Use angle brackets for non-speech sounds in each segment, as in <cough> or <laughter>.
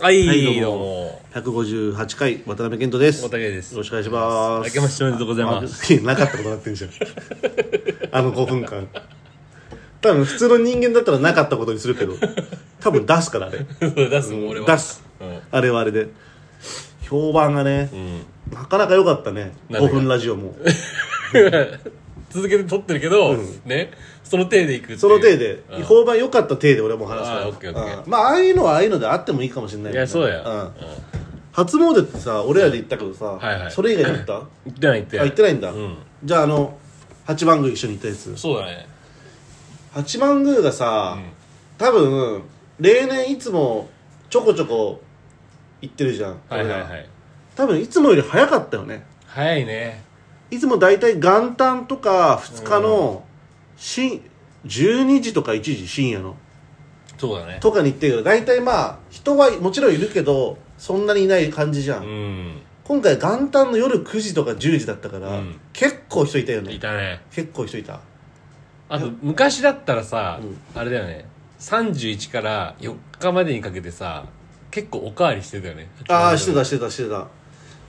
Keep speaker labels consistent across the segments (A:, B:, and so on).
A: はい、
B: はいど
A: ど
B: う
A: う
B: も
A: も。
B: 158回渡辺健人です
A: 大竹です
B: よろしくお願いします
A: 明けましておめでとうございます
B: なかったことになってんじゃん <laughs> あの5分間多分普通の人間だったらなかったことにするけど多分出すからあれ
A: す。出すもん俺は。
B: 出す、
A: うん
B: あれはあれで評判がね、なかなか良かったね
A: なぜ
B: 5
A: か
B: 分ラジオも
A: 続けて撮ってるけど、ね、その体でいくっていう
B: その体で
A: <laughs> うん
B: 評判良かった体で俺も話すか
A: あ
B: ら
A: ーオッケーオッケー
B: うんまあああいうのはああいうのであってもいいかもしれないけどね
A: いや、そうや。
B: ん
A: うん
B: 初詣ってさ俺らで行ったけどさ、
A: はいはい
B: それ以外に行った
A: 行ってない行って
B: あ
A: な
B: 行っ
A: い
B: て。ないんだ、
A: ん
B: じゃああの八幡宮一緒に行ったやつ
A: そうだね。
B: 八幡宮がさ、多分例年いつもちょこちょこ行ってるじゃん
A: はいはい
B: 俺
A: は
B: ら
A: い。
B: 多分いつもより早かったよね
A: 早いね。
B: いつも大体元旦とか2日の深12時とか1時深夜の
A: そうだね。
B: とかに行ってるけど大体まあ人はもちろんいるけどそんなにいない感じじゃん、
A: うん。
B: 今回元旦の夜9時とか10時だったから、
A: うん
B: 結構人いたよ
A: い
B: ね
A: たね。
B: 結構人いた
A: あと、昔だったらさ
B: うん、
A: あれだよね。31から4日までにかけてさ、結構おかわりしてたよね。
B: ああしてたしてたしてた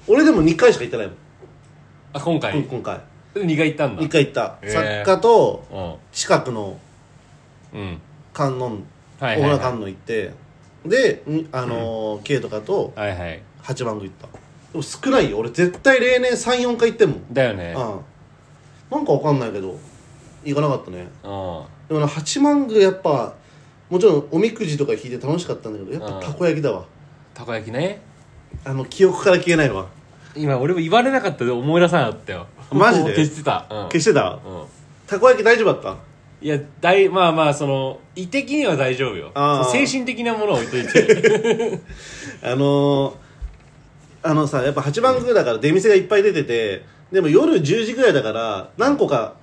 B: 俺でも2回しか行ってないもん、
A: あ、今
B: う
A: 回
B: ん。今回
A: 2回行ったんだ。
B: 2回行った、
A: えー
B: 作家と
A: う
B: 近くの
A: ん。うん。
B: 観音
A: はいは
B: 大
A: い
B: 村
A: は
B: 観音行ってで、んあのー K とかと
A: い。はいはい。
B: 八幡宮行ったでも少ないよ俺絶対例年34回行ってんもん、
A: だよね。
B: うんなんかわかんないけど行かなかったね
A: うん。
B: でもな八幡宮やっぱもちろんおみくじとか引いて楽しかったんだけどやっぱたこ焼きだわ
A: たこ焼きね。
B: あの記憶から消えないわ
A: 今俺も言われなかったで思い出さなかったよ
B: マジで
A: 消してた、うん
B: 消してた
A: うん、
B: たこ焼き大丈夫だっ
A: いや大まあまあその胃的には大丈夫よ
B: あー
A: その精神的なものを置いとい
B: <laughs>
A: て
B: たあのー、あのさやっぱ八幡宮だから出店がいっぱい出ててでも夜10時ぐらいだから何個か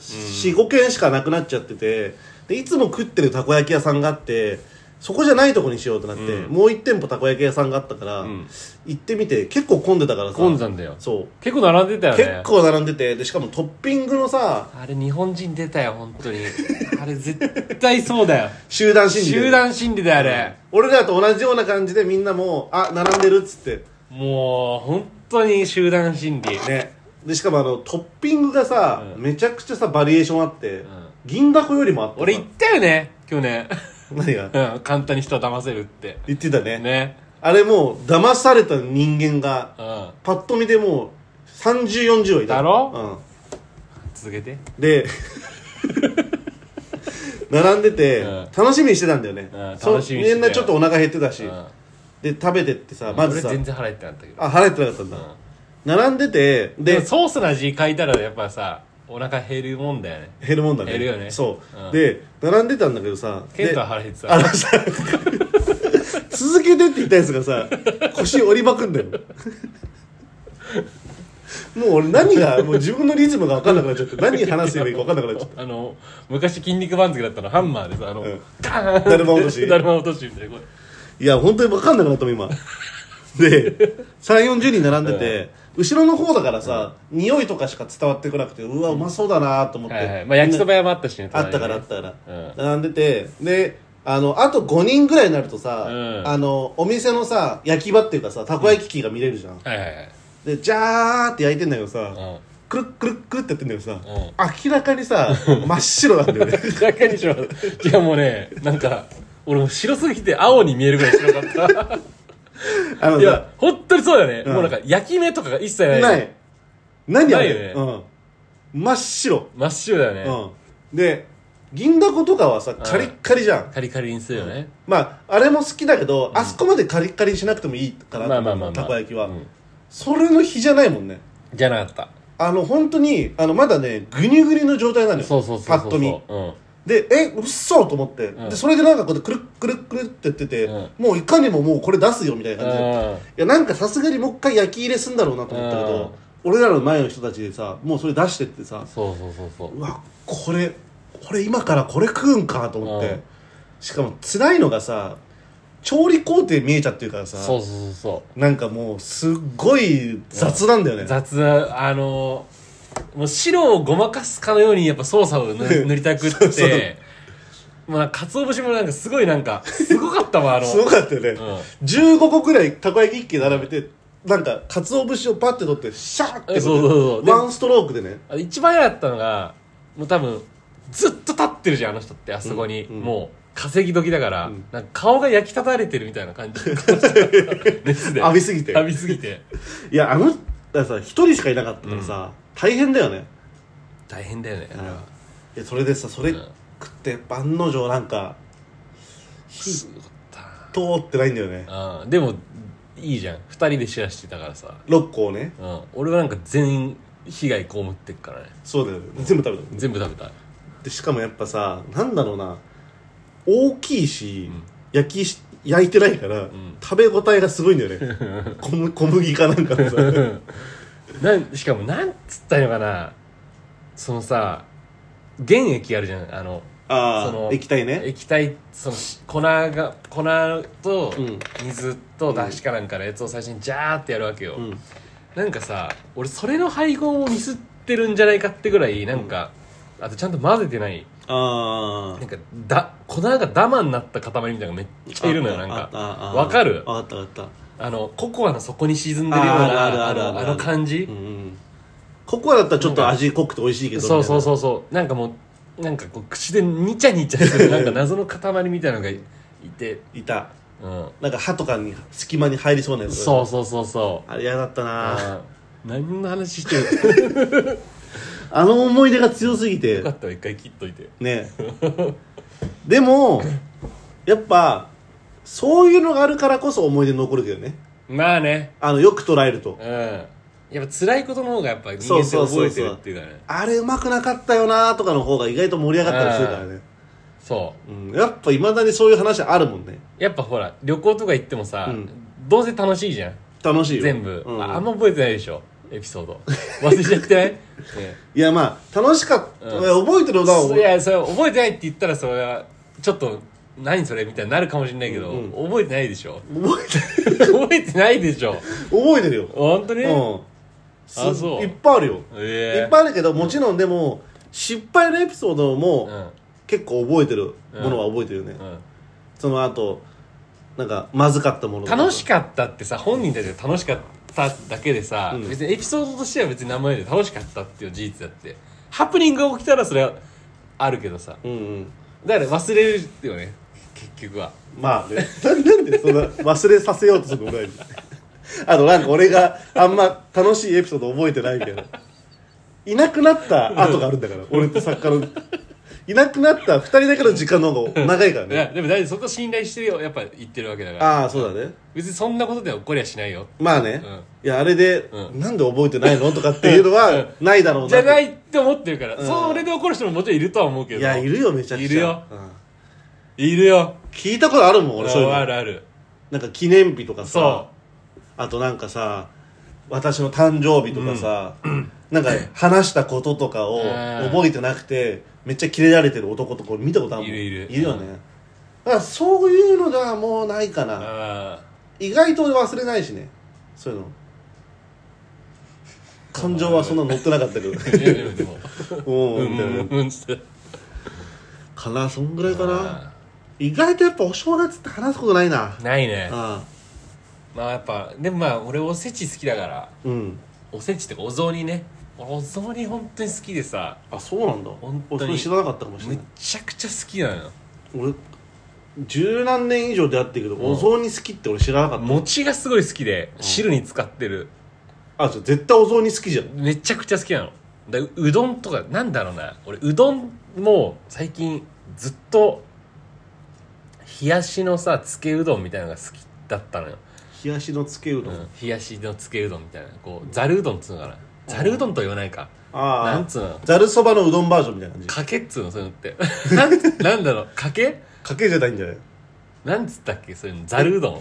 B: 45軒しかなくなっちゃっててでいつも食ってるたこ焼き屋さんがあってそこじゃないとこにしようとなって、
A: うん
B: もう1店舗たこ焼き屋さんがあったから、
A: ん
B: 行ってみて結構混んでたからさ
A: 混んだんだよ
B: そう
A: 結構並んでたよね
B: 結構並んでてでしかもトッピングのさ
A: あれ日本人出たよ本当にあれ絶対そうだよ
B: 集団心理で
A: 集団心理だよあれ、
B: 俺らと同じような感じでみんなもうあ並んでるっつって
A: もう本当に集団心理
B: ねでしかもあのトッピングがさ、
A: うん
B: めちゃくちゃさバリエーションあって、
A: ん
B: 銀だこよりもあって
A: 俺言ったよね去年 <laughs>
B: 何が
A: うん簡単に人は騙せるって
B: 言ってたね
A: ね
B: あれもう騙された人間が
A: うん
B: パッと見でもう3040はいた
A: だろ、続けて
B: うん、で <laughs> 並んでて、
A: うん
B: 楽しみにしてたんだよね、
A: うん
B: そう
A: 楽しみにしてたよ
B: みんなちょっとお腹減ってたし、
A: うん
B: で食べてってさまずさ
A: 俺全然払えてなかったけど
B: あ腹減ってなかったんだ、
A: うん
B: 並んでて
A: で
B: で
A: もソースの味変えたらやっぱさお腹減るもんだよね
B: 減るもんだね
A: 減るよね
B: そう、
A: うん
B: で並んでたんだけどさ
A: ケン
B: で
A: トは腹減ってた
B: あのさ <laughs> 続けてって言ったやつがさ腰折りまくんだよもう俺何がもう自分のリズムが分かんなくなっちゃって何話せばいいか分かんなくなっちゃっ
A: あの昔筋肉番付だったのハンマーでさあの、
B: ん
A: カーン
B: だるま落とし
A: だるま落としみたいなこれ
B: たいや本当に分かんなくなったもん今で3四4 0人並んでて、後ろの方だからさ、匂いとかしか伝わってこなくてうわうまそうだなと思って、
A: はいはいまあ焼きそば屋もあったしね
B: あったからあ
A: 隣
B: っ
A: にね
B: たから、
A: うん
B: 並んでてであのあと5人ぐらいになるとさ、
A: うん
B: あのお店のさ焼き場っていうかさたこ焼き器が見れるじゃん、
A: はいはいはい
B: でジャーって焼いてんだけどさ、
A: うん
B: くるっくるっくるってやってんだけどさ、
A: うん
B: 明らか
A: <laughs>
B: にさ真っ白なんだよね
A: 明らかにしろいやもうねなんか俺もう白すぎて青に見えるぐらい白かっ
B: あ
A: た
B: の
A: いや本当にそうだね、
B: うん
A: もうなんか焼き目とかが一切ない
B: ない何あれ
A: ないよ
B: うん、真っ白、
A: 真っ白だよね、
B: うん、で銀だことかはさカリッカリじゃん、
A: カリカリにするよね、
B: まああれも好きだけど、あそこまでカリッカリにしなくてもいいから
A: まあまあまあまあ
B: たこ焼きは、
A: うん
B: それの日じゃないもんね
A: じゃなかった
B: あの本当にあのまだねグニュグニュの状態なのよ
A: そうそうそうそう
B: パッと見
A: うん
B: でえうっそと思って、
A: ん
B: でそれでなんかこうやってくるっくるっくるってやってて、
A: うん
B: もういかにももうこれ出すよみたいな感じで、い
A: うん
B: やなんかさすがにもう一回焼き入れすんだろうなと思ったけど、俺らの前の人たちでさもうそれ出してってさ
A: そうそうそうそう
B: うわこれこれ今からこれ食うんかと思って、
A: うん
B: しかも辛いのがさ調理工程見えちゃってるからさ
A: そうそうそうそ
B: なんかもうすっごい雑なんだよね、
A: う雑なあの <laughs> ーもう白をごまかすかのようにやっぱ操作をぬ塗りたくって
B: そうそう
A: まあ、鰹節もなんかすごいなんか、すごかったわ、あの。
B: すごかったよね、15個くらいたこ焼き一気並べてなんか鰹節をパッて取ってシャーって
A: えそうそうそうで
B: ワンストロークでね
A: あの一番嫌だったのが、もう多分、ずっと立ってるじゃん、あの人って、あそこに。
B: うんうん
A: もう、稼ぎ時だから、
B: うん
A: なんか顔が焼き立たれてるみたいな感じ。 <laughs> 熱で。
B: 浴びすぎて
A: <laughs> 浴びすぎて。
B: いやあのだからさ一人しかいなかったからさ、大変だよね
A: 大変だよね。あれは。
B: いやそれでさそれ
A: うん
B: 食って万の定なんか
A: すごかっ
B: 通ってないんだよね
A: たな。うん。でも、いいじゃん。二人でシェアしてたからさ。
B: 6個をね
A: うん。俺はなんか全員被害被ってっからね。
B: そうだよね全部食べた
A: 全部食べた。
B: でしかもやっぱさなんだろうな大きいし、
A: ん
B: 焼きし焼いてないから、
A: ん
B: 食べ応えがすごいんだよ
A: <laughs>
B: ね小麦小麦かなんかのさ
A: なんしかもなんつったらいいのかなそのさ原液あるじゃんあのそ
B: あ
A: の
B: あ液体ね
A: 液体そのし粉が粉と
B: うん
A: 水とだしかなんかのやつを最初にジャーってやるわけよ、
B: うん
A: なんかさ俺それの配合もミスってるんじゃないかってぐらいなんか、あとちゃんと混ぜてない
B: ああ
A: なんかだ粉がダマになった塊みたいなのがめっちゃいるのよなんか
B: あ
A: わかる
B: わかったわかった
A: あのココアの底に沈んでるような
B: ああるあるあるある
A: あのあの感じ、
B: うんうんココアだったらちょっと味濃くて美味しいけど
A: そうそう
B: う
A: そうそうなんかもうなんかこう口でにちゃにちゃ
B: <laughs>
A: するなんか謎の塊みたいなのがいて
B: いた
A: うん
B: なんか歯とかに隙間に入りそうなやつ
A: そうそうそうそう
B: あれ嫌だったな
A: あ何の話してる
B: <laughs> あの思い出が強すぎて
A: よかったら一回切っといて
B: ね <laughs> でもやっぱそういうのがあるからこそ思い出に残るけどね
A: まあね
B: あのよく捉えると
A: うんやっぱ辛いことの方がやっぱ人間
B: そう
A: って
B: そうそ
A: 覚
B: うそ
A: えて
B: う
A: るっていうかね
B: あれうまくなかったよなとかの方が意外と盛り上がったりするからね、
A: そ
B: うん、やっぱいまだにそういう話あるもんね
A: うやっぱほら旅行とか行ってもさ、
B: うん
A: どうせ楽しいじゃん
B: 楽しいよ
A: 全部、
B: うん
A: ああんま覚えてないでしょエピソード忘れちゃって
B: <laughs>
A: ない、ね
B: いやまあ楽しかった、
A: うん
B: いや覚えてるな
A: そいやそれ覚えてないって言ったらそれはちょっと何それみたいになるかもしれないけど、
B: うん
A: 覚えてないでしょ <laughs>
B: 覚えて
A: 覚えてないでしょ
B: 覚えてるよ、
A: 本当に、
B: うんす
A: あそう
B: いっぱいあるよ、
A: ええ
B: いっぱいあるけどもちろんでも失敗のエピソードも
A: うん
B: 結構覚えてるものは覚えてるよね、
A: うん
B: その後なんかまずかったもの
A: 楽し
B: く
A: かったってさ本人たちが楽しかっただけでさ、
B: うん
A: 別にエピソードとしては別に名前で楽しかったっていう事実だってハプニングが起きたらそれはあるけどさ
B: うんうん
A: だから忘れるよね結局は
B: まあねなんなんでそんな忘れさせようとするの俺にあとなんか俺があんま楽しいエピソード覚えてないみたいないなくなった後があるんだから俺と作家のいなくなった2人だけの時間の方が長いから
A: いや
B: ね
A: でも大丈夫そこ信頼してるよやっぱ言ってるわけだから
B: ああそうだね
A: 別にそんなことでは起こりゃしないよ
B: まあね、
A: うん
B: いやあれで、
A: うん
B: なんで覚えてないのとかっていうのはないだろうな
A: じゃないいって思ってるから、
B: うん
A: それで怒る人ももちろんいるとは思うけど
B: いやいるよめちゃくちゃ
A: いるよ
B: うん
A: いるよ
B: 聞いたことあるもん俺そういう
A: ああ
B: の
A: るある
B: なんか記念日とかさ
A: そ
B: あとなんかさ私の誕生日とかさ、なんか話したこととかを
A: うん
B: 覚えてなくてめっちゃキレられてる男とか見たことあるも
A: い
B: ん
A: るいる
B: いるよね、だからそういうのではもうないか
A: う
B: な
A: あ
B: 意外と忘れないしねそういうの感情はそんな乗ってなかったけど
A: あいやでもでも
B: う <laughs>
A: うん
B: み
A: ん
B: た
A: うん
B: いな
A: うんつって
B: かなそんぐらいかな意外とやっぱお正月って話すことないな
A: ないね
B: ああ
A: まあやっぱでもまあ俺おせち好きだから
B: うん
A: おせちってかお雑煮ね俺お雑煮本当に好きでさ
B: あそうなんだ
A: 本当に
B: 俺それ知らなかったかもしれな
A: め
B: い
A: ちゃくちゃ好きなの
B: 俺十何年以上出会ってるけど、お雑煮好きって俺知らなかった
A: 餅がすごい好きで汁に使ってる
B: あじゃあ絶対お雑煮好きじゃん
A: めちゃくちゃ好きなのだうどんとかなんだろうな俺うどんも最近ずっと冷やしのさつけうどんみたいなのが好きだったのよ、
B: 冷やしのつけう
A: う
B: どん、
A: ん、冷やしのつけうどんみたいなこうざるうどんっつうのかなざるうどんとは言わないかな
B: あ
A: んつうの
B: あざるそばのうどんバージョンみたいな感じ
A: かけっつうのそういうのってなんなんだろうかけ
B: かけじゃないんじゃない
A: なんつったっけそういうのざるうどん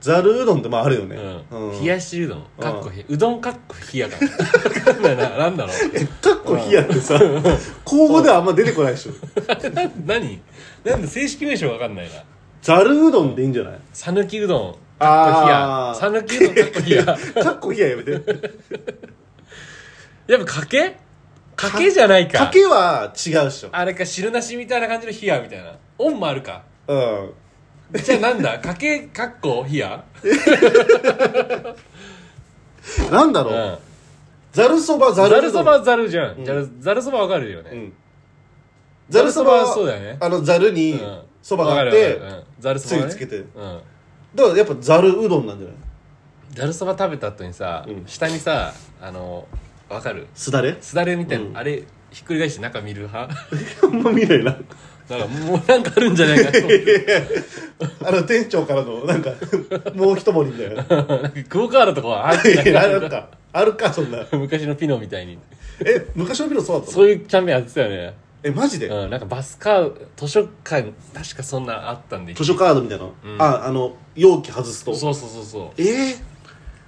B: ざるうどんってまああるよね、
A: うん、
B: うん
A: 冷やしうどん
B: うん
A: かっこ冷やうどんかっこ冷やかわかんないななんだろ
B: えかっこ冷やってさ口語ではあんま出てこないでしょ
A: う <laughs> な何なんで正式名称わかんないな
B: ざるうどんでいいんじゃない
A: さぬきうどん
B: あー
A: さぬき
B: <laughs>
A: うどんかっこ冷や
B: かっこ冷ややめて
A: やっぱかけかけじゃないか
B: かけは違うっしょ
A: あれか汁なしみたいな感じの冷やみたいなオンもあるか
B: うん
A: じゃあなん
B: <laughs>
A: だかけかっこ冷や
B: なんだ
A: う
B: ろうんざるそばざる
A: ざ
B: うど
A: る
B: ん
A: そばはざるじゃん
B: ん
A: ざるざるそばわかるよ
B: う
A: ね
B: んざるそば
A: ざるそばはそうだよね
B: あのざる
A: う
B: に
A: ん
B: そばがあっ
A: わか
B: て
A: るわかるうんざるそばね
B: つゆつけて
A: うん
B: だからやっぱざるうどんなんじゃない
A: ざるそば食べた後にさ
B: うん
A: 下にさあのわかる
B: すだれ
A: すだれみたい
B: うん
A: なあれひっくり返して中見る派 <laughs>
B: あんま見ないな
A: なんかもうなんかあるんじゃないか
B: <laughs>
A: と思って
B: あの店長からのなんか <laughs> もう一盛りみたいな
A: なんかクオカードとかはあるんじゃない
B: いやあるかあるかそんな
A: 昔のピノみたいに
B: え昔のビルそうだったの
A: そういうキャンペーンやってたよね
B: えマジで
A: うんなんかバスカー図書館確かそんなあったんで
B: 図書カードみたいな、ああの容器外すと
A: そうそうそうそう
B: ええ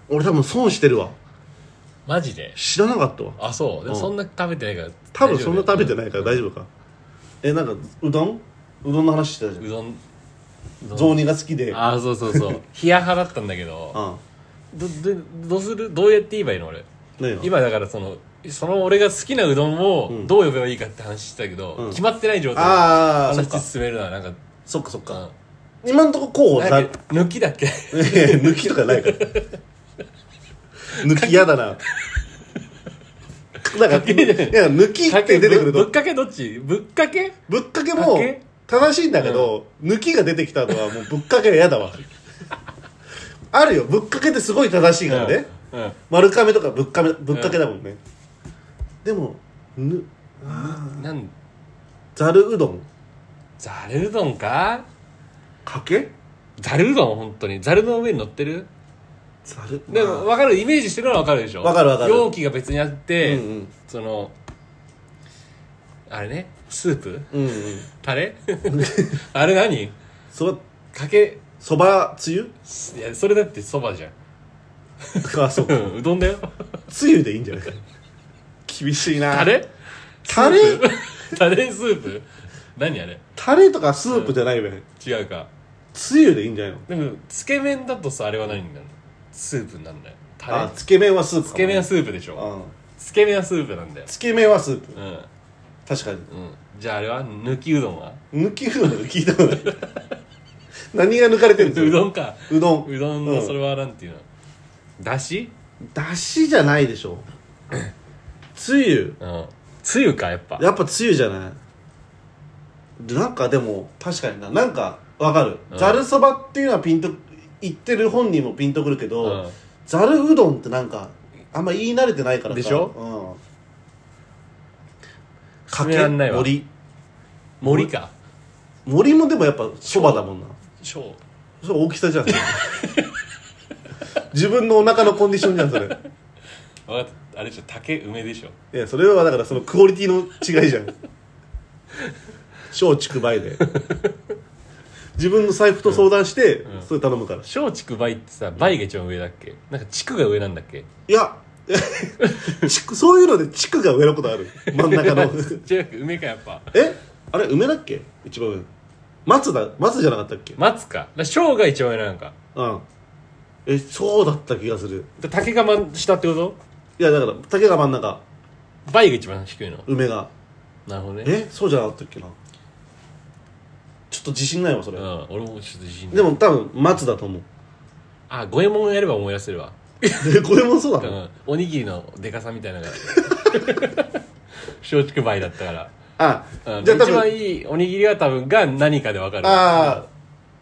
B: 俺多分損してるわ
A: マジで
B: 知らなかったわ
A: あそうでも
B: うん
A: そんな食べてないから
B: 多分そんな食べて
A: い
B: ないから大丈夫か、えなんかうどんうどんの話してたじゃ
A: うどん
B: ん雑煮が好きで
A: あそうそうそう
B: <laughs>
A: 冷や派だったんだけど
B: あ
A: どどどうするどうやって言えばいいの俺
B: ねえ
A: 今だからそのその俺が好きなうどんを
B: ん
A: どう呼べばいいかって話してたけど、
B: ん
A: 決まってない状態
B: ああそっ
A: 話
B: か
A: 進めるのはなんか
B: そっかそっ
A: う
B: か
A: ん、
B: 今んとこ候補
A: なん
B: ざ
A: か抜きだ
B: <laughs>
A: っけ
B: 抜きとかないから抜き嫌だななんかいや抜きって出てく
A: ぶ
B: る
A: ぶっ
B: と
A: かけどっちぶっかけ
B: ぶっかけ
A: か
B: も
A: け
B: 正しいんだけど、抜きが出てきたのはもうぶっかけは嫌だわあるよぶっかけってすごい正しいからね、
A: うんうん
B: 丸亀とかぶっかめぶっかけだもんね、でもぬ
A: なん
B: ざるうどん
A: ざるうどんか
B: かけ
A: ざるうどん本当にざるの上に乗ってる
B: ざる
A: で
B: まあ
A: も分かるイメージしてるのは分かるでしょ
B: わかるわかる
A: 容器が別にあって、
B: うんうん
A: そのあれねスープ
B: うんうん
A: タレ <laughs> あれ何
B: そば
A: かけ
B: そば
A: <laughs>
B: つゆ
A: いやそれだってそばじゃん
B: あそう
A: う
B: か
A: んうどんだ
B: <laughs>
A: よ
B: つゆでいいんじゃないか厳しいな
A: タレ
B: タレ
A: スープタレスープ何あれ
B: タレとかスープじゃないよね、
A: 違うか
B: つゆでいいんじゃないの
A: でもつけ麺だとさあれは何になるのスープになるんだよタ
B: あ
A: レ
B: つけ麺はスープ
A: つけ麺は
B: ス
A: スープでし
B: ープ
A: ょつけ麺はスープなんだよ
B: つけ麺はスープ
A: うん
B: 確かに
A: うんじゃああれは抜きうどんは
B: 抜きうどん聞いたことない <laughs> 何が抜かれてるんで
A: <laughs>
B: す
A: う
B: か
A: どんか
B: うどん
A: うどん
B: う
A: の
B: ん
A: それはなんていうのだし
B: だしじゃないでしょつゆ
A: うんつゆかやっぱ
B: やっぱつゆじゃないなんかでも確かにななんかわかる
A: うん
B: ざるそばっていうのはピンと言ってる本人もピンとくるけ
A: う
B: ど
A: ん
B: ざるうどんってなんかあんま言い慣れてないからさ
A: でしょ
B: うん
A: 進めらんないわ
B: 盛り
A: 森か
B: 盛りもでもやっぱそばだもんな
A: 超
B: それ大きさ
A: <laughs>
B: じゃん自分のお腹のコンディションじゃんそれ
A: 分かったあれでしょ竹梅でしょ
B: いやそれはだからそのクオリティの違いじゃん松竹梅で自分の財布と相談して、それ頼むから
A: 松竹梅ってさ梅が一番上だっけなんか竹が上なんだっけ
B: いや <laughs> 地区そういうので地区が上のことある真ん中の
A: <laughs> 違う梅かやっぱ
B: えあれ梅だっけ一番上松だ松じゃなかったっけ
A: 松かだから小が一番上なんか
B: うんえそうだった気がする
A: で竹が真下ってこと
B: いやだから竹が真ん中
A: 梅が一番低いの
B: 梅が
A: なるほどね
B: えそうじゃなかったっけなちょっと自信ないわそれ、
A: うん俺もちょっと自信ない
B: でも多分松だと思う
A: あ五右衛門やれば思い出せるわ
B: でこれもそう <laughs>
A: う
B: だな、
A: んおにぎりのでかさみたいなのが <laughs> 松竹梅だったから
B: あ、
A: うん
B: じゃあ多
A: 一番
B: 分
A: いいおにぎりは多分が何かで分かる
B: ああ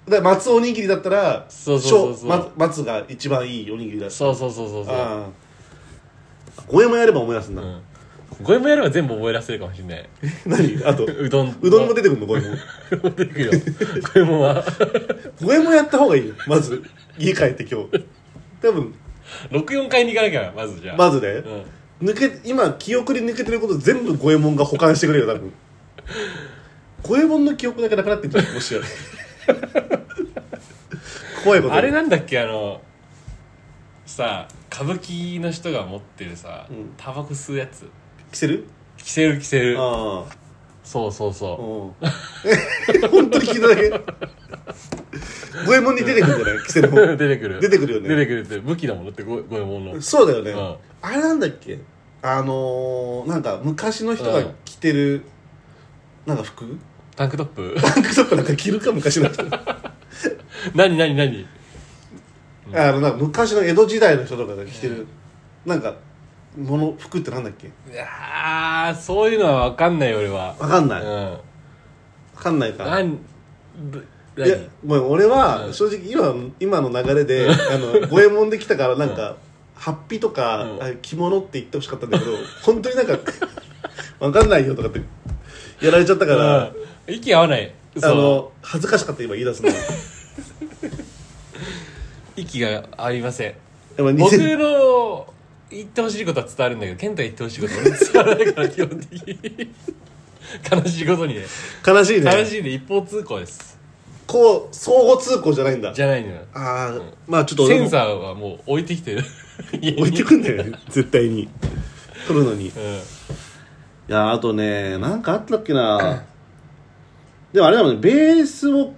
B: だから松おにぎりだったら
A: そうそうそうそう
B: 小松松が一番いいおにぎりだった
A: そうそうそうそうそう
B: ああ五右衛門やれば思い出すんだ、
A: うん五右衛門やれば全部覚えらせるかもしれない
B: <laughs> 何あと
A: うどん
B: うどんも出てくるの五右衛門
A: <laughs> うどんも出てくるよ五右衛門は
B: 五右衛門やった方がいいよまず家帰って今日多分
A: 64階に行かなきゃまずじゃあ
B: まずね
A: う、ん
B: 抜け今記憶に抜けてること全部五右衛門が保管してくれるよ多分五右衛門の記憶だけなくなってんじゃんも
A: <laughs>
B: しや怖いこと
A: あれなんだっけあのさ歌舞伎の人が持ってるさ、
B: うん
A: タバコ吸うやつ
B: 着せる
A: 着せる着せる
B: ああ
A: そうそうそう
B: うん <laughs> 本当に聞いただけ五右衛門に出てくるん <laughs> じゃない着せ
A: <laughs>
B: る
A: 出
B: 方
A: てくる
B: 出てくるよね
A: 出てくるって武器だもんだってご五右衛門の
B: そうだよね、
A: うん
B: あれなんだっけあのーなんか昔の人が着てる、なんか服 <laughs>
A: タンクトップ <laughs>
B: タンクトップなんか着るか昔の人
A: 何何何
B: あのなんか昔の江戸時代の人とかが着てる、なんかもの服ってなんだっけ
A: いやーそういうのは分かんない俺は
B: わかんない、わ
A: うん
B: かんないか
A: なんぶ
B: いや
A: 何
B: もう俺
A: う
B: は
A: ん
B: 正直今の今の流れで、あの五右衛門で来たからなんか、ハッピーとか、
A: うん
B: あ着物って言ってほしかったんだけど本当になんか <laughs> わかんないよとかってやられちゃったから、
A: うん息合わない
B: あ
A: そう
B: の恥ずかしかった今言い
A: <laughs>
B: 出すの
A: 息が合いません
B: でも
A: 僕
B: 2000
A: の言ってほしいことは伝わるんだけど健太言ってほしいことは伝わらないから基本的に悲しいことにね
B: 悲しいね
A: 悲しいんで一方通行です
B: こう相互通行じゃないんだ
A: じゃないのよ
B: ああ、まあちょっと
A: セ
B: 俺
A: ン
B: も
A: サーはもう置いてきてる家に
B: <laughs> 置いてくんだよね絶対に取るのにい
A: うん
B: やあとねなんかあったっけなでもあれだもんねベースを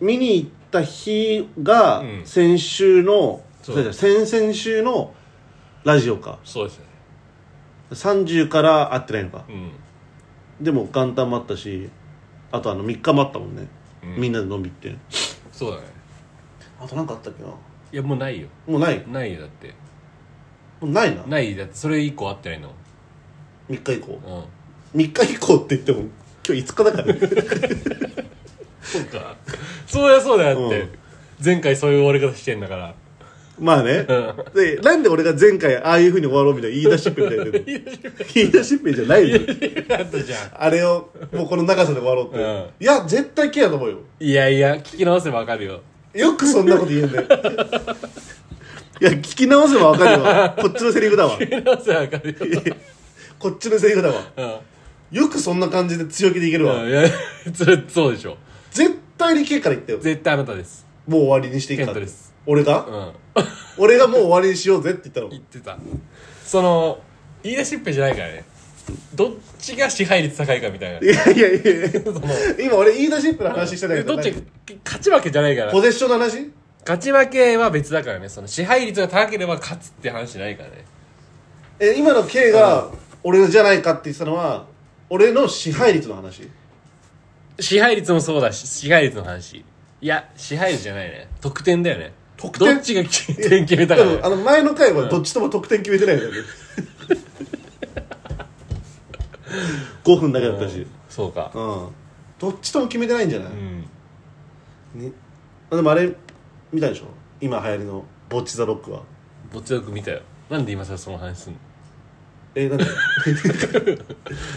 B: 見に行った日が
A: うん
B: 先週の、
A: そう
B: 違う違う先々週のラジオか
A: そうですね
B: 30から会ってないのか
A: うん
B: でも元旦もあったしあとあの3日もあったもんね、
A: うん
B: みんなで飲み行って
A: そうだね
B: あとなんかあったっけない
A: やもうないよ
B: もうない
A: ないよだって
B: もうないな
A: ないだってそれ以降会ってないの
B: 3日以降
A: うん
B: 3日以降って言っても今日5日だからね
A: そうかそうやそうだよだって、
B: うん
A: 前回そういう終わり方してんだから
B: まあねでなんで俺が前回ああいうふうに終わろうみたいな言い出しっぺみたいな言ってんの言い出しっぺじゃないよ
A: だったじゃん
B: あれをもうこの長さで終わろうって、
A: うん
B: いや絶対ケアだと思うよ
A: いやいや聞き直せばわかるよ
B: よくそんなこと言えんね <laughs> いや聞き直せば分かるわこっちのセリフだわ <laughs>
A: 聞き直せばわかるよ
B: こっちのセリフだわ
A: うん
B: よくそんな感じで強気でいけるわ、
A: うんいやそれそうでしょ
B: 絶対にケアから言ったよ
A: 絶対あなたです
B: もう終わりにしていいか
A: ケントです
B: 俺が、
A: うん
B: 俺がもう終わりにしようぜって言った
A: 言
B: の
A: ってたその言い出しっぺじゃないからねどっちが支配率高いかみたいない
B: やいやいやいや
A: その
B: <laughs> 今俺言い出しっぺの話してたけど
A: どっち勝ち負けじゃないから
B: ポゼッションの話
A: 勝ち負けは別だからねその支配率が高ければ勝つって話じゃないからね
B: え今の K が俺のじゃないかって言ってたのは俺の支配率の話
A: 支配率もそうだし支配率の話いや支配率じゃないね得点だよね
B: 得点
A: どっちが点決めた
B: で
A: か
B: もあ
A: ね
B: の前の回はどっちとも得点決めてな
A: <laughs>
B: いよね、5分だけだったし
A: そうか
B: うん、どっちとも決めてないんじゃない、
A: うん
B: ねあでもあれ見たでしょ今流行りの「ボッチ・ザ・ロックは」
A: ぼっちだく見たよなんで今さらその話すん <laughs>
B: えなんで
A: の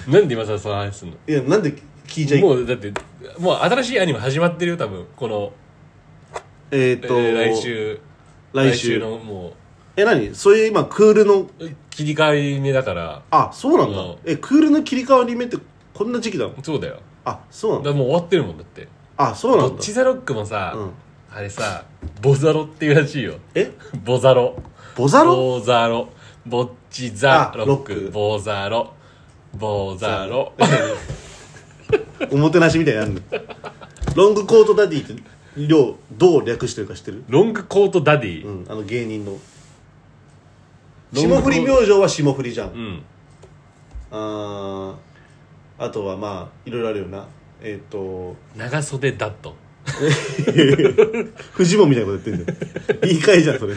A: なんで今さらその話すんの
B: いやなんで聞いちゃい
A: もうだってもう新しいアニメ始まってるよ多分この、
B: えっ、
A: え
B: と、
A: ー来週
B: 来週
A: のも
B: え何そういう今クールの
A: う切り替え目だから
B: あそうなんだ、
A: うん
B: えクールの切り替わり目ってこんな時期なの
A: そうだよ
B: あそうなん
A: だか
B: だ
A: らもう終わってるもんだって
B: あそうな
A: ど
B: ん
A: っ
B: だ
A: ちザロックもさ、
B: うん
A: あれさボザロっていうらしいよ
B: え
A: ボザロ
B: ボザロ
A: ボーザロボッチザロッ
B: あロッ
A: ク
B: ク
A: ボーザロボーザロ
B: <laughs> おもてなしみたいなのあるのロングコートダディって量どう略してるか知ってる
A: ロングコートダディ、
B: うんあの芸人の
A: ロングコー
B: 霜降り明星は霜降りじゃ
A: う
B: ん、
A: ん
B: あーあとはまあいろいろあるよなえっ、と
A: 長袖ダット
B: フジモンみたいなこと言って
A: <laughs>
B: んじゃん言い換えじゃんそれ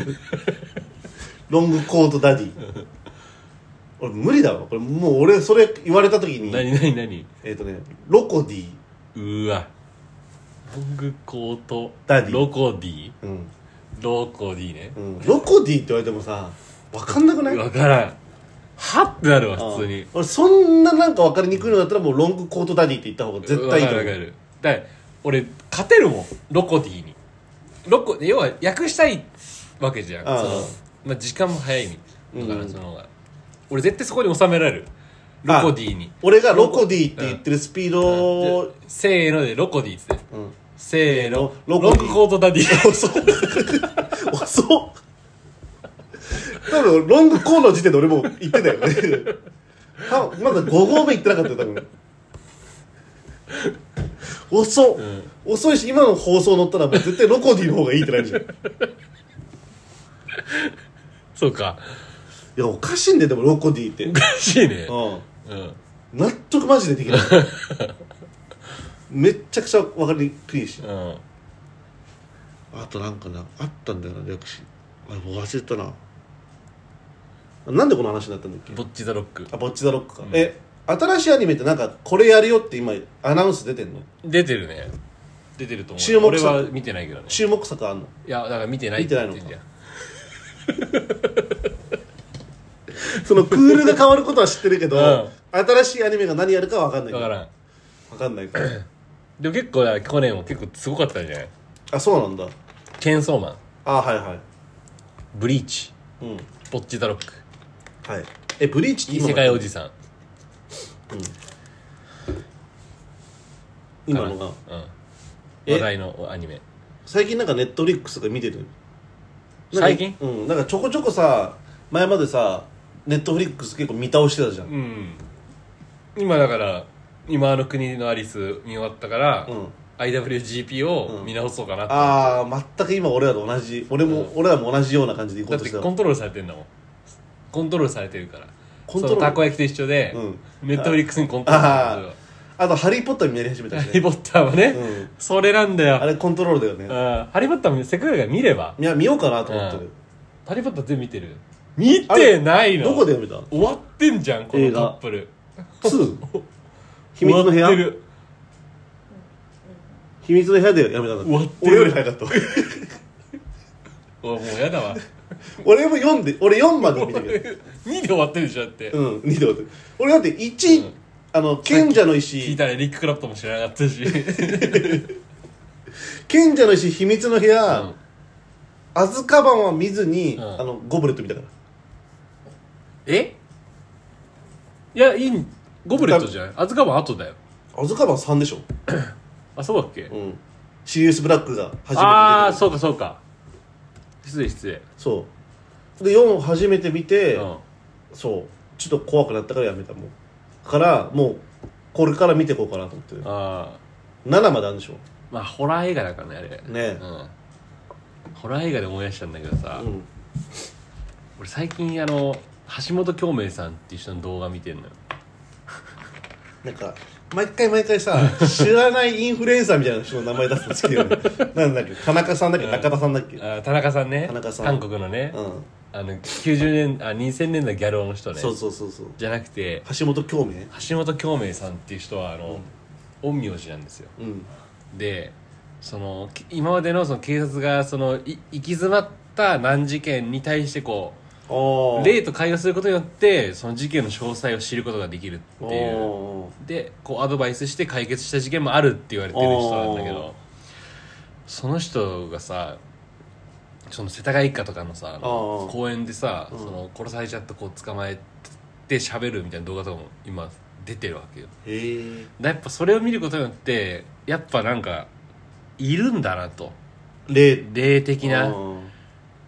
B: ロングコートダディ俺無理だわこれもう俺それ言われた時に
A: 何何何
B: えっ、とねロコディ
A: うわロングコート
B: ダディ
A: ロコディ
B: うん
A: ロコディね
B: うんロコディって言われてもさ分かんなくない
A: 分からんはってなるわ
B: ああ
A: 普通に
B: 俺そんななんか分かりにくいのだったらもうロングコートダディって言った方が絶対いいと
A: わか
B: 思
A: るわか
B: う
A: るだから俺勝てるもんロコディにロコ要は訳したいわけじゃん
B: ああ
A: その、まあ、時間も早いにだから
B: うん
A: その方が、俺絶対そこに収められるロコディに
B: 俺がロコディって言ってるスピードを
A: でせーのでロコディっつって
B: うん
A: せーのロ
B: ロコディ
A: ングコートダディ
B: 遅っ
A: <laughs>
B: 遅っ多分ロングコーンの時点で俺もう言ってたよね多分まだ5合目行ってなかったよ多分遅っ、遅いし今の放送乗ったらもう絶対ロコディの方がいいってなるじゃん
A: そうか
B: いやおかしいんだよでもロコディって、う
A: おかしいね
B: ん、
A: うん
B: 納得マジでできないめっちゃくちゃ分かりにくいし
A: うん
B: あとなんかなあったんだよな略史あれ忘れたななんでこの話になったんだっけ
A: ぼっち・ザ・ロック
B: あぼっち・ザ・ロックか、え新しいアニメってなんかこれやるよって今アナウンス出てんの
A: 出てるね出てると思う
B: 注目
A: 俺
B: さ
A: は見てないけどね
B: 注目作あんの
A: いやだから見てないって言ってんじゃん
B: そのクールが変わることは知ってるけど、
A: うん
B: 新しいアニメが何やるかは分かんない
A: だからん
B: 分かんないから
A: でも結構だから去年も結構すごかったんじゃない
B: あそうなんだ
A: チェーンソーマン
B: あはいはい
A: ブリーチ
B: うん
A: ぼっち・ザ・ロック
B: はいえブリーチって
A: 異
B: 今
A: 世界おじさん
B: 今のが
A: うん
B: え
A: 話題のアニメ
B: 最近なんかネットフリックスが見てるなんか
A: 最近
B: うんなんかちょこちょこさ前までさネットフリックス結構見倒してたじゃん、
A: うん今だから今の国のアリス見終わったから、
B: うん
A: IWGP を見直そうかなって、
B: ああ全く今俺らと同じ俺も、俺らも同じような感じでいこ
A: だっ
B: うと
A: て
B: してた
A: コ
B: <laughs>
A: ントロールされてんだもんコントロールされてるから
B: コントロ
A: そ
B: ール
A: のたこ焼きと一緒で、
B: う
A: ネットフリックスにコントロールされてる
B: あと「ハリー・ポッター」見やり始めた
A: ハ
B: し、
A: リー・ <laughs>
B: ね、
A: ポッターはね、
B: うん
A: それなんだ
B: あ
A: よ
B: れコントロールだよ
A: うん
B: ね
A: ハリー・ポッターもせっかくだから見れば
B: いや見ようかなと思ってる、
A: ハリー・ポッター全部見てる見てないの
B: どこでやめた
A: 終わってんじゃんこの
B: 映
A: カ
B: 画
A: ップル
B: ?2? 秘密の部屋
A: 終わってる
B: 秘密の部屋でやめたんだって
A: 終わってる
B: 俺より早かった
A: おもうやだわ <laughs>
B: 俺も4で俺4まで見たけど
A: 2で終わってるでしょだって、
B: うん、二度で。俺だって1、
A: うん
B: あの、賢者
A: 聞
B: の
A: い
B: 石、
A: たらリック・クラプトンも知らなかったし
B: 賢者の石秘密の部屋、
A: うん
B: アズカバンは見ずに、
A: うん
B: あの、ゴブレット見たから。
A: <laughs> えいやいいんゴブレットじゃないアズカバン後だよ
B: アズカバン3でしょ
A: あそうだっけ、
B: うん。シリウス・ブラックが初めて見て
A: ああそうかそうか失礼失礼
B: そう。で、4を初めて見て、
A: うん
B: そう。ちょっと怖くなったからやめた、もう。から、もう、これから見ていこうかなと思ってる。
A: ああ
B: 7まであるんでしょ
A: まあホラー映画だからねあれ
B: ね
A: うんホラー映画で思い出したんだけどさ、
B: うん。
A: 俺最近あの橋本京明さんっていう人の動画見てんのよ
B: なんか、毎回毎回さ、 <laughs> 知らないインフルエンサーみたいな人の名前出すの好きだよ
A: <laughs>
B: ね。なんだっけ田中さんだっけ中田さんだっけ
A: あー田中さんね
B: 田中さん
A: 韓国のね、
B: うん。
A: あの90年あ2000年代ギャル男の人ね
B: そうそうそうそう
A: じゃなくて
B: 橋本京明
A: 橋本京明さんっていう人はあの、陰陽師なんですよ
B: うん
A: でそのき今までのその警察がそのい行き詰まった難事件に対してこ
B: あ
A: う例と会話することによってその事件の詳細を知ることができるっていう
B: お
A: でこうアドバイスして解決した事件もあるって言われてる人なんだけ
B: おー
A: どその人がさその世田谷一家とかのさ
B: おー
A: 公園でさ、
B: ん
A: その殺されちゃった子を捕まえて喋るみたいな動画とかも今出てるわけよ
B: ーへえ
A: だやっぱそれを見ることによってやっぱなんかいるんだなと
B: 例
A: 霊的
B: あ
A: な
B: ー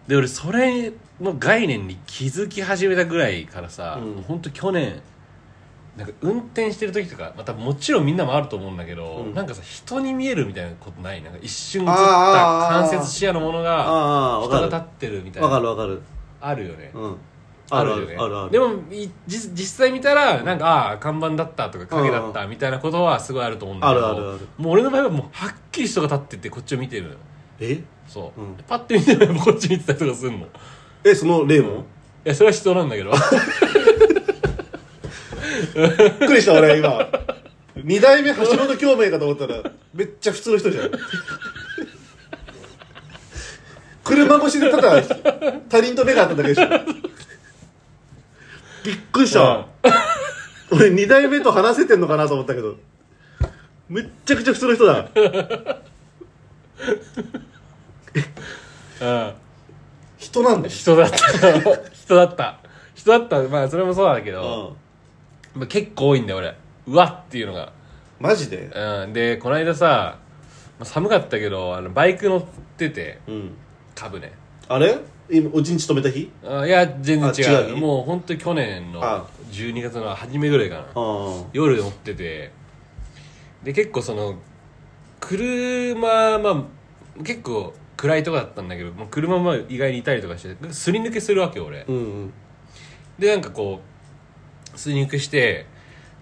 A: で俺それの概念に気づき始めたぐらいからさ、
B: うん
A: もうほんと去年なんか運転してる時とかまたもちろんみんなもあると思うんだけど、
B: うん
A: なんかさ人に見えるみたいなことないなんか一瞬映った
B: あー
A: 間接視野のものが
B: あ
A: 人
B: ー
A: が
B: わ
A: 立
B: か
A: ってるみた
B: る
A: いな
B: わかるわかる
A: あるよね、
B: うんあるあるあるある
A: でもい実実際見たらなんか、ああ看板だったとか影だったみたいなことはすごいあると思うんだけど
B: あるあるある
A: もう俺の場合はもうはっきり人が立っててこっちを見てるのよ
B: え
A: そう、
B: うん
A: パッて見てるのこっち見てたりとかするのい
B: えその例も
A: やそれは人なんだけど
B: びっくりした俺今二代目橋本京明かと思ったらめっちゃ普通の人じゃん車越しでただ他人と目が合っただけでしょびっくりしたわ、俺二代目と話せてんのかなと思ったけどめっちゃくちゃ普通の人だ
A: うん
B: 人なんだよ、
A: 人だった <laughs> 人だった人だったまあそれもそうだけど、
B: うん、
A: まあ、結構多いんだよ俺うわっていうのが
B: マジで
A: うんでこの間さまあ寒かったけどあのバイク乗ってて
B: うん
A: 株ね
B: あれ今おちんち止めた日
A: あいや全然
B: あ
A: 違う
B: 違う
A: もう本当に去年の
B: あ
A: 12月の初めぐらいかな
B: ああ
A: 夜乗っててで結構その車まあ結構暗いとこだったんだけどもう車も意外にいたりとかしてすり抜けするわけよ俺
B: うんうん
A: でなんかこう水肉して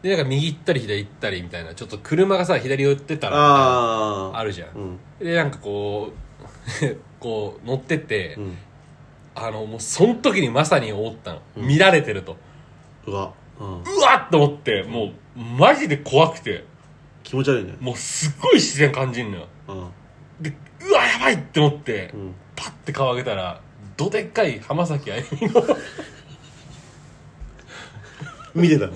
A: でなんか右行ったり左行ったりみたいなちょっと車がさ左寄ってたら
B: ああ
A: あるじゃん
B: うん
A: でなんかこう <laughs> こう乗ってって、
B: うん
A: あのもうその時にまさに思ったの、見られてると
B: うわ、うん、
A: うわっと思ってもうマジで怖くて
B: 気持ち悪いね
A: もうすっごい自然感じんのよ
B: うん
A: でうわやばいって思って、
B: うん
A: パッて顔上げたらどでっかい浜崎あゆみの <laughs>
B: 見てたの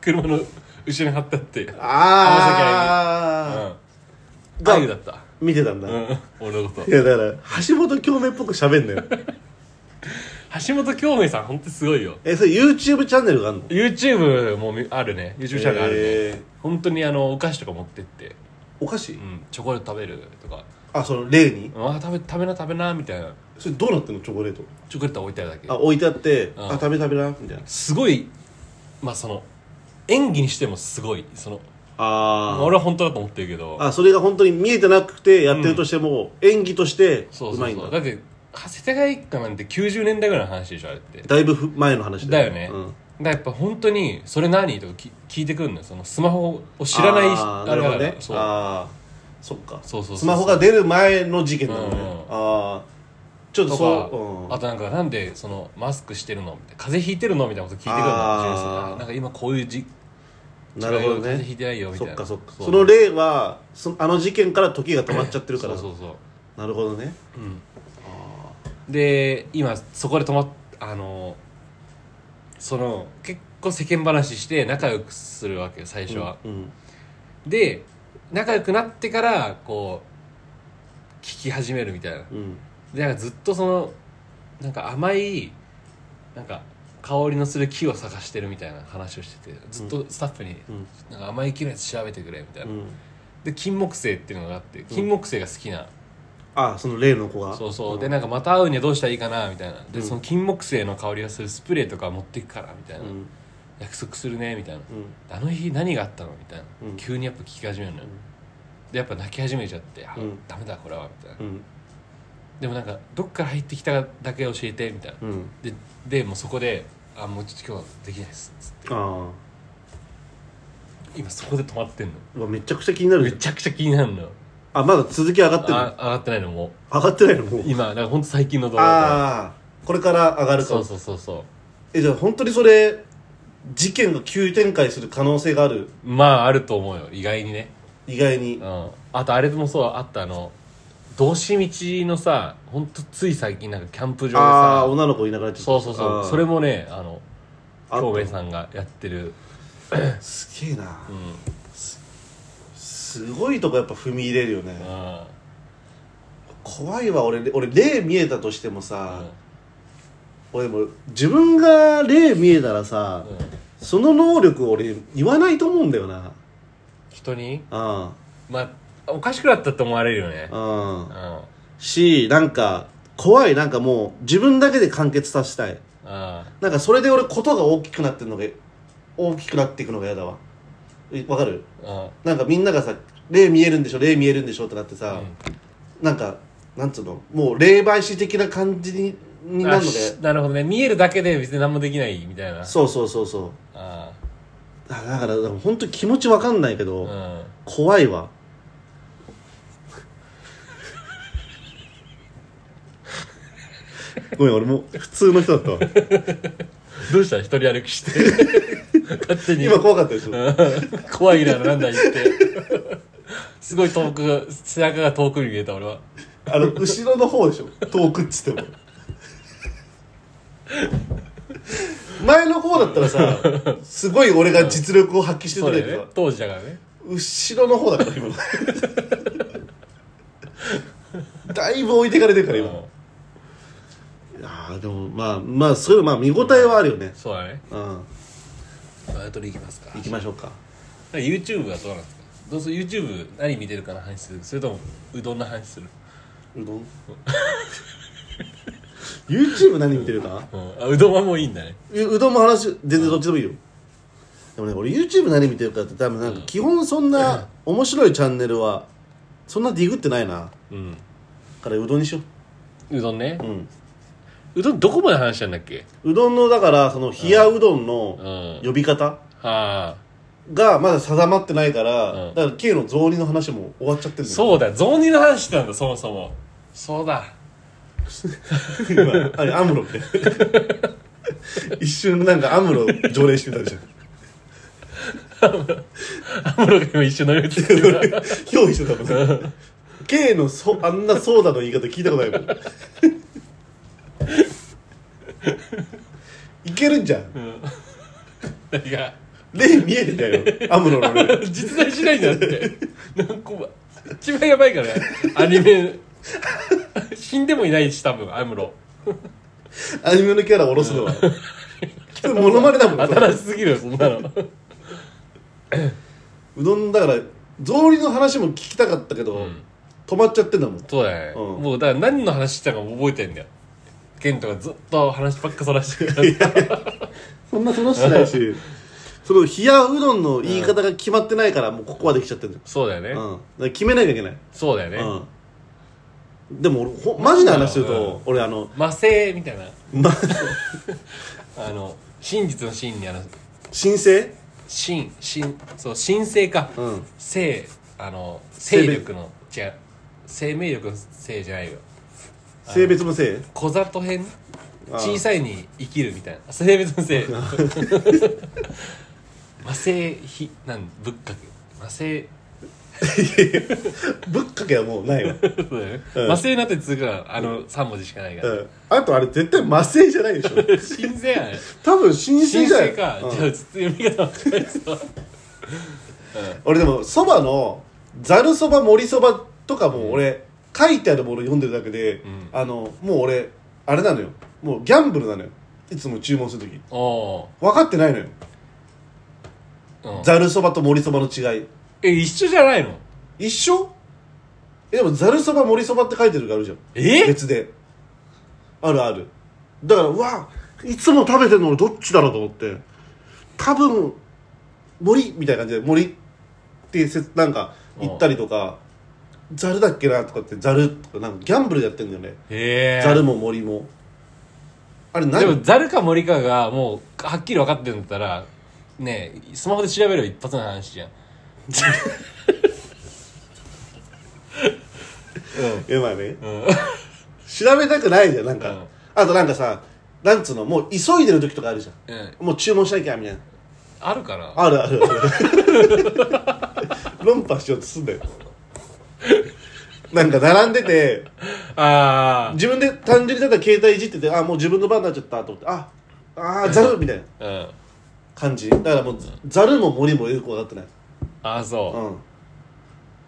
A: 車の後ろに貼ってあってうん
B: ああ、
A: あゆだった、
B: 見てたんだ、
A: うん、俺のこと
B: いやだから橋本京明っぽく喋んなよ
A: 橋本京明さん本当にすごいよ
B: えそれ YouTube チャンネルがあるの
A: YouTube もみあるね YouTube チャンネルあるね、
B: えー
A: 本当にあのお菓子とか持ってって、
B: お菓子、
A: うん、チョコレート食べるとか
B: あその例に
A: あー食べ食べな食べなみたいな
B: それどうなってんのチョコレート
A: チョコレート置いてあるだけ
B: あ置いてあって、
A: ん
B: あ食べ食べなみたいな
A: すごいまあその演技にしてもすごいそのまあ
B: あ
A: 俺は本当だと思ってるけど
B: あそれが本当に見えてなくてやってるとしても、演技として
A: そう
B: う
A: そ
B: ま
A: う
B: いん
A: そう
B: だ
A: だって長谷川一家なんて90年代ぐらいの話でしょあれって
B: だいぶふ前の話
A: だよね、
B: うん
A: だからやっぱ本当に「それ何?」とかき聞いてくるのよそのスマホを知らない
B: あー
A: れ
B: なる
A: だ
B: ほ
A: か
B: ど
A: ら
B: ね
A: そう
B: あーそっか
A: そうそうそうそう
B: スマホが出る前の事件なのね、
A: うん
B: ああちょっと
A: と
B: そう、うん
A: かあとなんかなんでそのマスクしてるのみたいな風邪ひいてるのみたいなこと聞いてくるの
B: あー
A: なんか今こういうじ
B: なるほど
A: 風邪
B: ね
A: ひいてないよみた
B: そ
A: い
B: っ
A: な
B: かそっかその例はそあの事件から時が止まっちゃってるから
A: そうそうそう
B: なるほどね
A: で今そこで止まっあのその結構世間話して仲良くするわけよ最初は、
B: うん
A: で仲良くなってからこう聞き始めるみたいな
B: うん
A: でなんかずっとそのなんか甘いなんか香りのする木を探してるみたいな話をしててずっとスタッフに、
B: うん
A: なんか甘い木のやつ調べてくれみたいな、
B: うん
A: で金木犀っていうのがあって金木犀が好きな、
B: あその例の子が
A: そうそうでなんかまた会うにはどうしたらいいかなみたいなで、
B: うん
A: その金木犀の香りがするスプレーとか持っていくからみたいな、
B: うん
A: 約束するねみたいな、
B: うん
A: あの日何があったのみたいな、
B: うん
A: 急にやっぱ聞き始めるのよ、でやっぱ泣き始めちゃって、あ
B: うん
A: ダメだこれはみたいな、
B: うん
A: でもなんかどっから入ってきただけ教えてみたいな、
B: うん
A: ででもうそこで「あもうちょっと今日はできないです」つっ
B: あ
A: て今そこで止まってんの
B: あうわめちゃくちゃ気になる
A: め
B: じゃん
A: ちゃくちゃ気になるのよ
B: あまだ続き上がってる
A: あ上がってないのも
B: 上がってないのもう
A: う今なんかほんと最近の動画だか
B: ああこれから上が
A: ら
B: るか
A: そう
B: も
A: そうそうそ
B: えじゃあ本当にそれ事件が急展開する可能性がある
A: うまああると思うよ意外にね
B: 意外に
A: うんあとあれもそうあったあの道し道のさほんとつい最近なんかキャンプ場で
B: ああ
A: さ
B: 女の子いなくなっちゃった
A: そうそうそうそれもねあの京明
B: ん
A: さんがやってる
B: すげえな
A: うん、うん、
B: すごいとこやっぱ踏み入れるよね怖いわ俺俺霊見えたとしてもさ、俺でも自分が霊見えたらさ、
A: うん
B: その能力を俺言わないと思うんだよな
A: 人に
B: うん
A: まあおかしくなったって思われるよね
B: うん
A: うんあ
B: しなんか怖いなんかもう自分だけで完結させたい
A: あ
B: なんかそれで俺ことが大きくなってるのが大きくなっていくのが嫌だわえわかる
A: うん
B: なんかみんながさ霊見えるんでしょ霊見えるんでしょってなってさ、
A: うん
B: なんかなんつうのもう霊媒師的な感じにになるの
A: あし
B: で
A: なるほどね見えるだけで別に何もできないみたいな
B: そうそうそうそう
A: あ
B: だだからでも本当に気持ちわかんないけど、
A: あうん
B: 怖い
A: <laughs>
B: わごめん俺もう普通の人だったわ
A: どうした一人歩きして
B: <laughs>
A: 勝手に
B: 今怖かったでしょ、
A: 怖いならなんだ言ってすごい遠くが背中が遠くに見えた俺は
B: あの後ろの方でしょ遠くっつっても前の方だったらさすごい俺が実力を発揮して
A: そう
B: たけ
A: だよ
B: ど
A: ね、当時だからね
B: 後ろの方だから今のだいぶ置いてかれてるから今、
A: うん
B: いやーでもまあまあそういうまあ見応えはあるよね
A: そうだね
B: うん
A: バイトに行きますか
B: 行きましょうか
A: YouTube はどうなんですかどうする YouTube 何見てるかの話するそれともうどんの話する、
B: うどん YouTube 何見てるか
A: うん、あうどんはもういいんだね
B: ううどんも話全然どっちでもいいよ、でもね俺 YouTube 何見てるかって多分なんか基本そんな面白いチャンネルはそんなディグってないな
A: うん
B: からうどんにしよ
A: うどんね
B: ううん
A: うどんどこまで話したんだっけ
B: うどんのだからその冷やうどん
A: う
B: の
A: ん
B: 呼び方
A: はあ
B: がまだ定まってないから、
A: うん
B: だから K の雑煮の話も終わっちゃってるんだよ
A: そうだ雑煮の話してたんだそもそもそうだ
B: 今あれアムロって
A: <laughs>
B: 一瞬なんかアムロ条例してたじゃ
A: ア
B: ん
A: ムロが今一緒に乗り移ってるな
B: 憑依してたもんね K のそあんなソーダの言い方聞いたことないもんいけるんじゃん
A: 何が
B: 例見えてたよアムロの例
A: 実在しないんだってなんか一番やばいからねアニメ死んでもいないし多分アムロ
B: アニメのキャラを下ろすのはそれモノマネだもんそれ
A: 新しすぎるよそんなの
B: うどんだから草履の話も聞きたかったけど、
A: うん
B: 止まっちゃってんだもん
A: そうだね、
B: うん
A: もうだから何の話したかも覚えてんだよケントがずっと話ばっかそらしてるから
B: そんな楽しくないしその冷やうどんの言い方が決まってないからもうここはできちゃってるんだよ、
A: そうだよね、
B: うん、だから決めなきゃいけない、
A: そうだよね、
B: うん、でも俺ほマジな話する
A: う
B: と俺あの
A: 魔性みたいな
B: ま
A: <laughs> あの真実の真にあの
B: 申請
A: 真真そう神聖か、
B: うん
A: 性あの
B: 性
A: 勢
B: 別
A: 力の違う生命力の性じゃないよ
B: 性別のせい
A: 小里編
B: ああ
A: 小さいに生きるみたいな性別の
B: <laughs>
A: 性 <laughs> 魔性ひなん仏閣魔性
B: ぶっかけはもう <laughs> ないわ、
A: そうだよね
B: うん
A: 魔性なってつうからあの3文字しかないか
B: う
A: ら
B: ん、あとあれ絶対麻酔じゃないでしょ
A: 神聖やね
B: <laughs> 多分申
A: 神
B: 請じゃな
A: 聖
B: い
A: か、
B: う
A: じ
B: ん
A: ゃあちょっと読み方わかんないぞ
B: 俺でもそばのざるそば盛りそばとかも俺書いてあるもの読んでるだけで、
A: ん
B: あのもう俺あれなのよもうギャンブルなのよいつも注文する時
A: おお
B: 分かってないのよ
A: ー、うん
B: ざるそばと盛りそばの違い
A: え一緒じゃないの
B: 一緒えでもざるそば盛りそばって書いてるのがあるじゃん
A: え
B: 別であるあるだからうわいつも食べてるの俺どっちだろうと思って多分森みたいな感じで森ってせなんか行ったりとかざるだっけなとかってざるとかなんかギャンブルでやってんだよね
A: え
B: ざるも森もあれ
A: で
B: 何
A: もザルか森かがもうはっきり分かってるんだったらねえスマホで調べれば一発の話じゃんうん
B: えまあね、調べたくないじゃんなんか、
A: うん
B: あとなんかさなんつうのもう急いでる時とかあるじゃん
A: うん、
B: もう注文しなきゃみたいな
A: あるかな
B: あるあるある論破しようとすんだよなんか並んでて
A: あ
B: 自分で単純にただ携帯いじっててあもう自分の番になっちゃったと思ってああーざるみたいな
A: あうん
B: 感じだからもうざるも森もよく分かってない
A: ああそ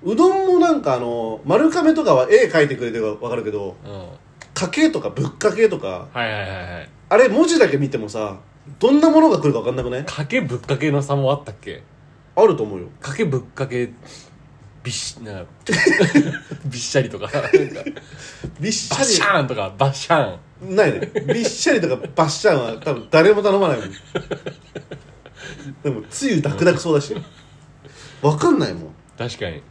A: う
B: うんうどんもなんかあの丸亀とかは絵描いてくれてるから分かるけど
A: うん、
B: 家計とかぶっかけとか
A: はいはいはいはい
B: あれ文字だけ見てもさどんなものが来るか分かんなくない
A: かけぶっかけの差もあったっけ
B: あると思うよ
A: かけぶっかけびっしなんか <laughs> びっしゃりとかなんか
B: びっし
A: バシャーンとかバシャーン
B: ないねびっしゃりとかバッシャンは多分誰も頼まないもんでもつゆダクダクそうだし分かんないもん
A: 確かに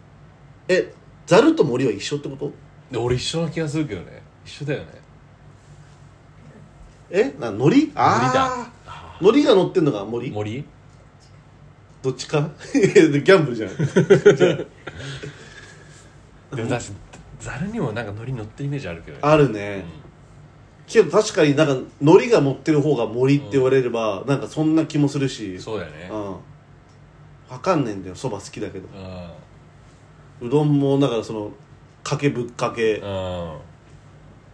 B: えざると森は一緒ってこと
A: で俺一緒な気がするけどね一緒だよね
B: えな海苔ああ海苔が乗ってんのが森
A: 森
B: どっちか <laughs> いやギャンブルじゃん
A: でもだしざるにもなんか海苔乗ってるイメージあるけどね
B: あるね、けど確かになんか海苔が持ってる方が森って言われれば、なんかそんな気もするし
A: そうだよね
B: うん分かんねえんだよそば好きだけど
A: うん
B: うどんもだからそのかけぶっかけ、
A: うん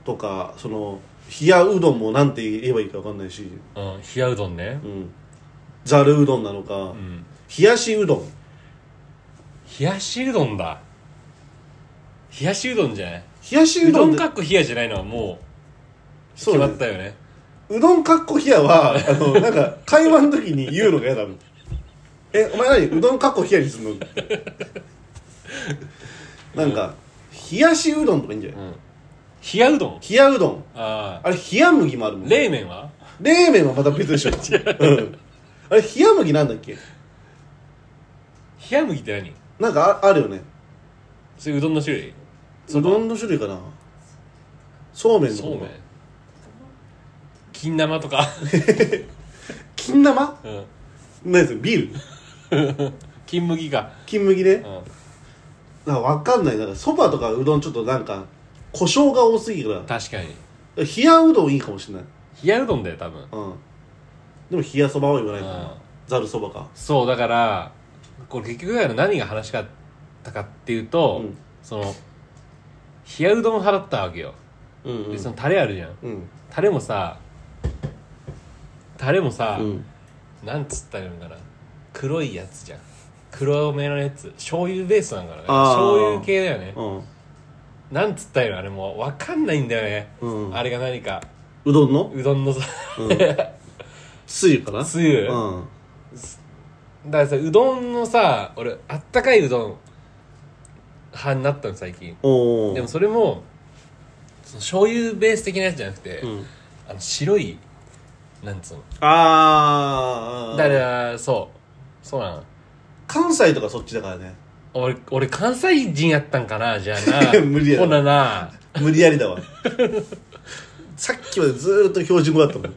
B: とかその冷やうどんもなんて言えばいいか分かんないし、
A: うん冷やうどんね
B: うん、ざるうどんなのか、
A: うん
B: 冷やしうどん
A: 冷やしうどんだ冷やしうどんじゃない
B: 冷やし
A: う
B: うど
A: どん
B: ん
A: かっこ冷やじゃないのはもう決
B: そうね
A: まったよね
B: うどんかっこ冷やはあのなんか会話の時に言うのが嫌だもんえお前何うどんかっこ冷やにするのなんか冷やしうどんとかいいんじゃない、
A: うん冷やうどん
B: 冷やうどん
A: ああ
B: あれ冷や麦もあるもん
A: 冷麺は
B: 冷麺はまた
A: <laughs>
B: 別でしょ、うん、あれ冷や麦なんだっけ
A: 冷や麦って何
B: なんかああるよね
A: それうどんの種類
B: うどんの種類かなそうめんの
A: そうめん金生とか
B: 金生
A: うん
B: 何ですビール
A: 金麦か
B: 金麦
A: う
B: ね
A: ん
B: なんか分かんないだからそばとかうどんちょっとなんか胡椒が多すぎるか
A: 確かに
B: ら冷やうどんいいかもしれない
A: 冷やうどんだよ多分
B: うんでも冷やそばは言わないか
A: うん
B: らざるそばか
A: そうだからこれ結局だから何が話かったかっていうと、
B: うん
A: その冷やうどん払ったわけよ
B: うんうん
A: でそのタレあるじゃん
B: うん
A: タレもさタレもさ、
B: うん
A: なんつったらいいのかな黒いやつじゃん黒めのやつ醤油ベースなんかな
B: あー
A: 醤油系だよね
B: うん
A: なんつったらいいのあれもう分かんないんだよね、
B: うん
A: あれが何か
B: うどんの
A: うどんのさ
B: <laughs> つゆかな
A: つゆ、
B: うん
A: だからさうどんのさ俺あったかいうどん派になったの最近
B: おお
A: でもそれもその醤油ベース的なやつじゃなくて、
B: うん
A: あの白いなんつうの
B: ああ
A: だからそうそうなの
B: 関西とかそっちだからね
A: 俺俺関西人やったんかなじゃあな
B: <laughs> 無理やろ
A: ほなな
B: 無理やりだわさっきまでずーっと標準語だったもん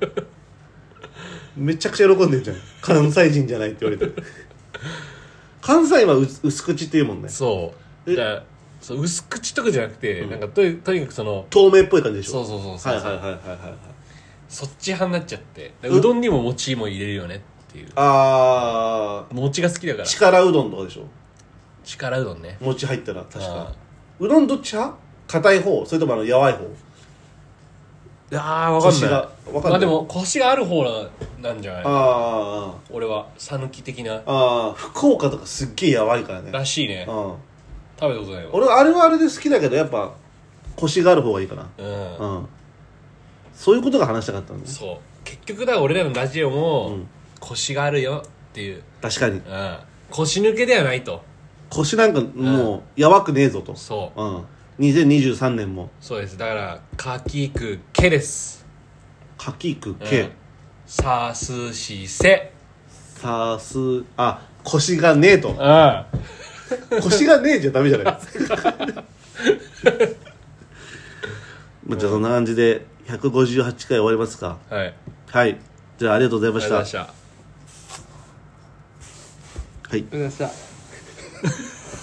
B: めちゃくちゃ喜んでるじゃん関西人じゃないって言われて関西はう薄口っていうもんね
A: そう
B: え
A: だからそう薄口とかじゃなくて、なんかとにとにかくその
B: 透明っぽい感じでし
A: そ
B: ょ
A: うそうそうそう、
B: はいはいはいはいはい
A: そっち派になっちゃってだから
B: うん
A: うどんにも餅も入れるよねっていう
B: あ
A: 餅が好きだか
B: ー
A: ら
B: 力うどんとかでしょ
A: 力うどんね
B: 餅入ったら確か
A: あ
B: うどんどっち派硬い方それともあの柔い
A: い
B: 方
A: やーわかん
B: 腰
A: ない
B: がわかんない
A: まあでも腰がある方ななんじゃない
B: あー
A: 俺は讃岐的な
B: あー福岡とかすっげえやばいからね
A: らしいね
B: うん
A: 食べたことないわ
B: 俺はあれはあれで好きだけどやっぱ腰がある方がいいかな
A: うん
B: うんそういうことが話したかったんです
A: そう結局だから俺らのラジオ
B: う
A: も
B: ん
A: 腰があるよっていう
B: 確かに
A: うん腰抜けではないと
B: 腰なんかもうやばくねえぞと
A: そう
B: うん2023年も
A: そうですだからかきくけです
B: かきく
A: う
B: け
A: んさすしせ
B: さすあ腰がねえと
A: うん
B: 腰がねえじゃダメじゃない <laughs> まあじゃあそんな感じで158回終わりますか
A: はいあり
B: はいじゃあありがとうございま
A: がとうご
B: し
A: ざい
B: た
A: ました
B: は
A: あ
B: い
A: りがとうございました